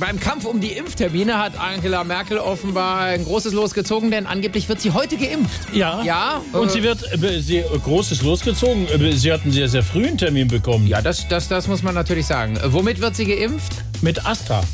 Beim Kampf um die Impftermine hat Angela Merkel offenbar ein großes Los gezogen, denn angeblich wird sie heute geimpft. Ja. Ja, Und äh, sie wird äh, sie, äh, großes losgezogen. Äh, Sie hat einen sehr, sehr frühen Termin bekommen. Ja, das, das, das muss man natürlich sagen. Äh, Womit wird sie geimpft? Mit Astra.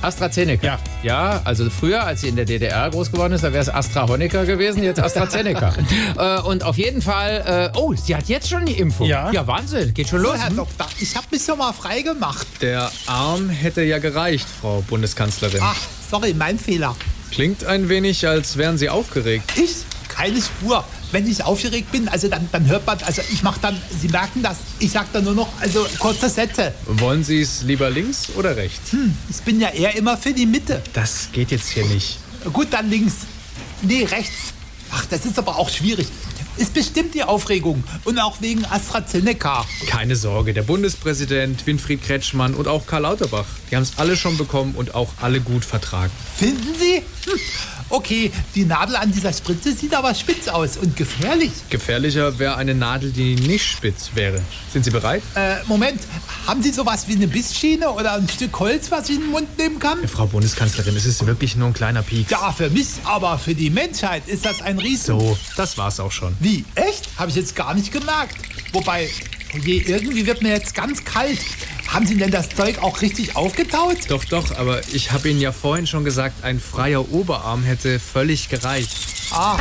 AstraZeneca. Ja. Ja, also früher, als sie in der DDR groß geworden ist, da wäre es AstraHonecker gewesen, jetzt AstraZeneca. äh, und auf jeden Fall, äh, oh, sie hat jetzt schon die Impfung. Ja. Ja, Wahnsinn, geht schon So, los. Hm. Herr Doktor, ich habe mich schon mal frei gemacht. Der Arm hätte ja gereicht, Frau Bundeskanzlerin. Ach, sorry, mein Fehler. Klingt ein wenig, als wären Sie aufgeregt. Ich? Keine Spur. Wenn ich aufgeregt bin, also dann, dann hört man, also ich mache dann, Sie merken das, ich sag dann nur noch, also kurze Sätze. Wollen Sie es lieber links oder rechts? Ich bin ja eher immer für die Mitte. Das geht jetzt hier nicht. Gut, dann links. Nee, rechts. Ach, das ist aber auch schwierig. Ist bestimmt die Aufregung. Und auch wegen AstraZeneca. Keine Sorge, der Bundespräsident, Winfried Kretschmann und auch Karl Lauterbach, die haben es alle schon bekommen und auch alle gut vertragen. Finden Sie? Hm. Okay, die Nadel an dieser Spritze sieht aber spitz aus und gefährlich. Gefährlicher wäre eine Nadel, die nicht spitz wäre. Sind Sie bereit? Äh, Moment, haben Sie sowas wie eine Bissschiene oder ein Stück Holz, was ich in den Mund nehmen kann? Frau Bundeskanzlerin, es ist wirklich nur ein kleiner Pieks. Ja, für mich, aber für die Menschheit ist das ein Riesen. So, das war's auch schon. Wie? Echt? Habe ich jetzt gar nicht gemerkt. Wobei, oh je, irgendwie wird mir jetzt ganz kalt. Haben Sie denn das Zeug auch richtig aufgetaut? Doch, doch, aber ich habe Ihnen ja vorhin schon gesagt, ein freier Oberarm hätte völlig gereicht. Ah,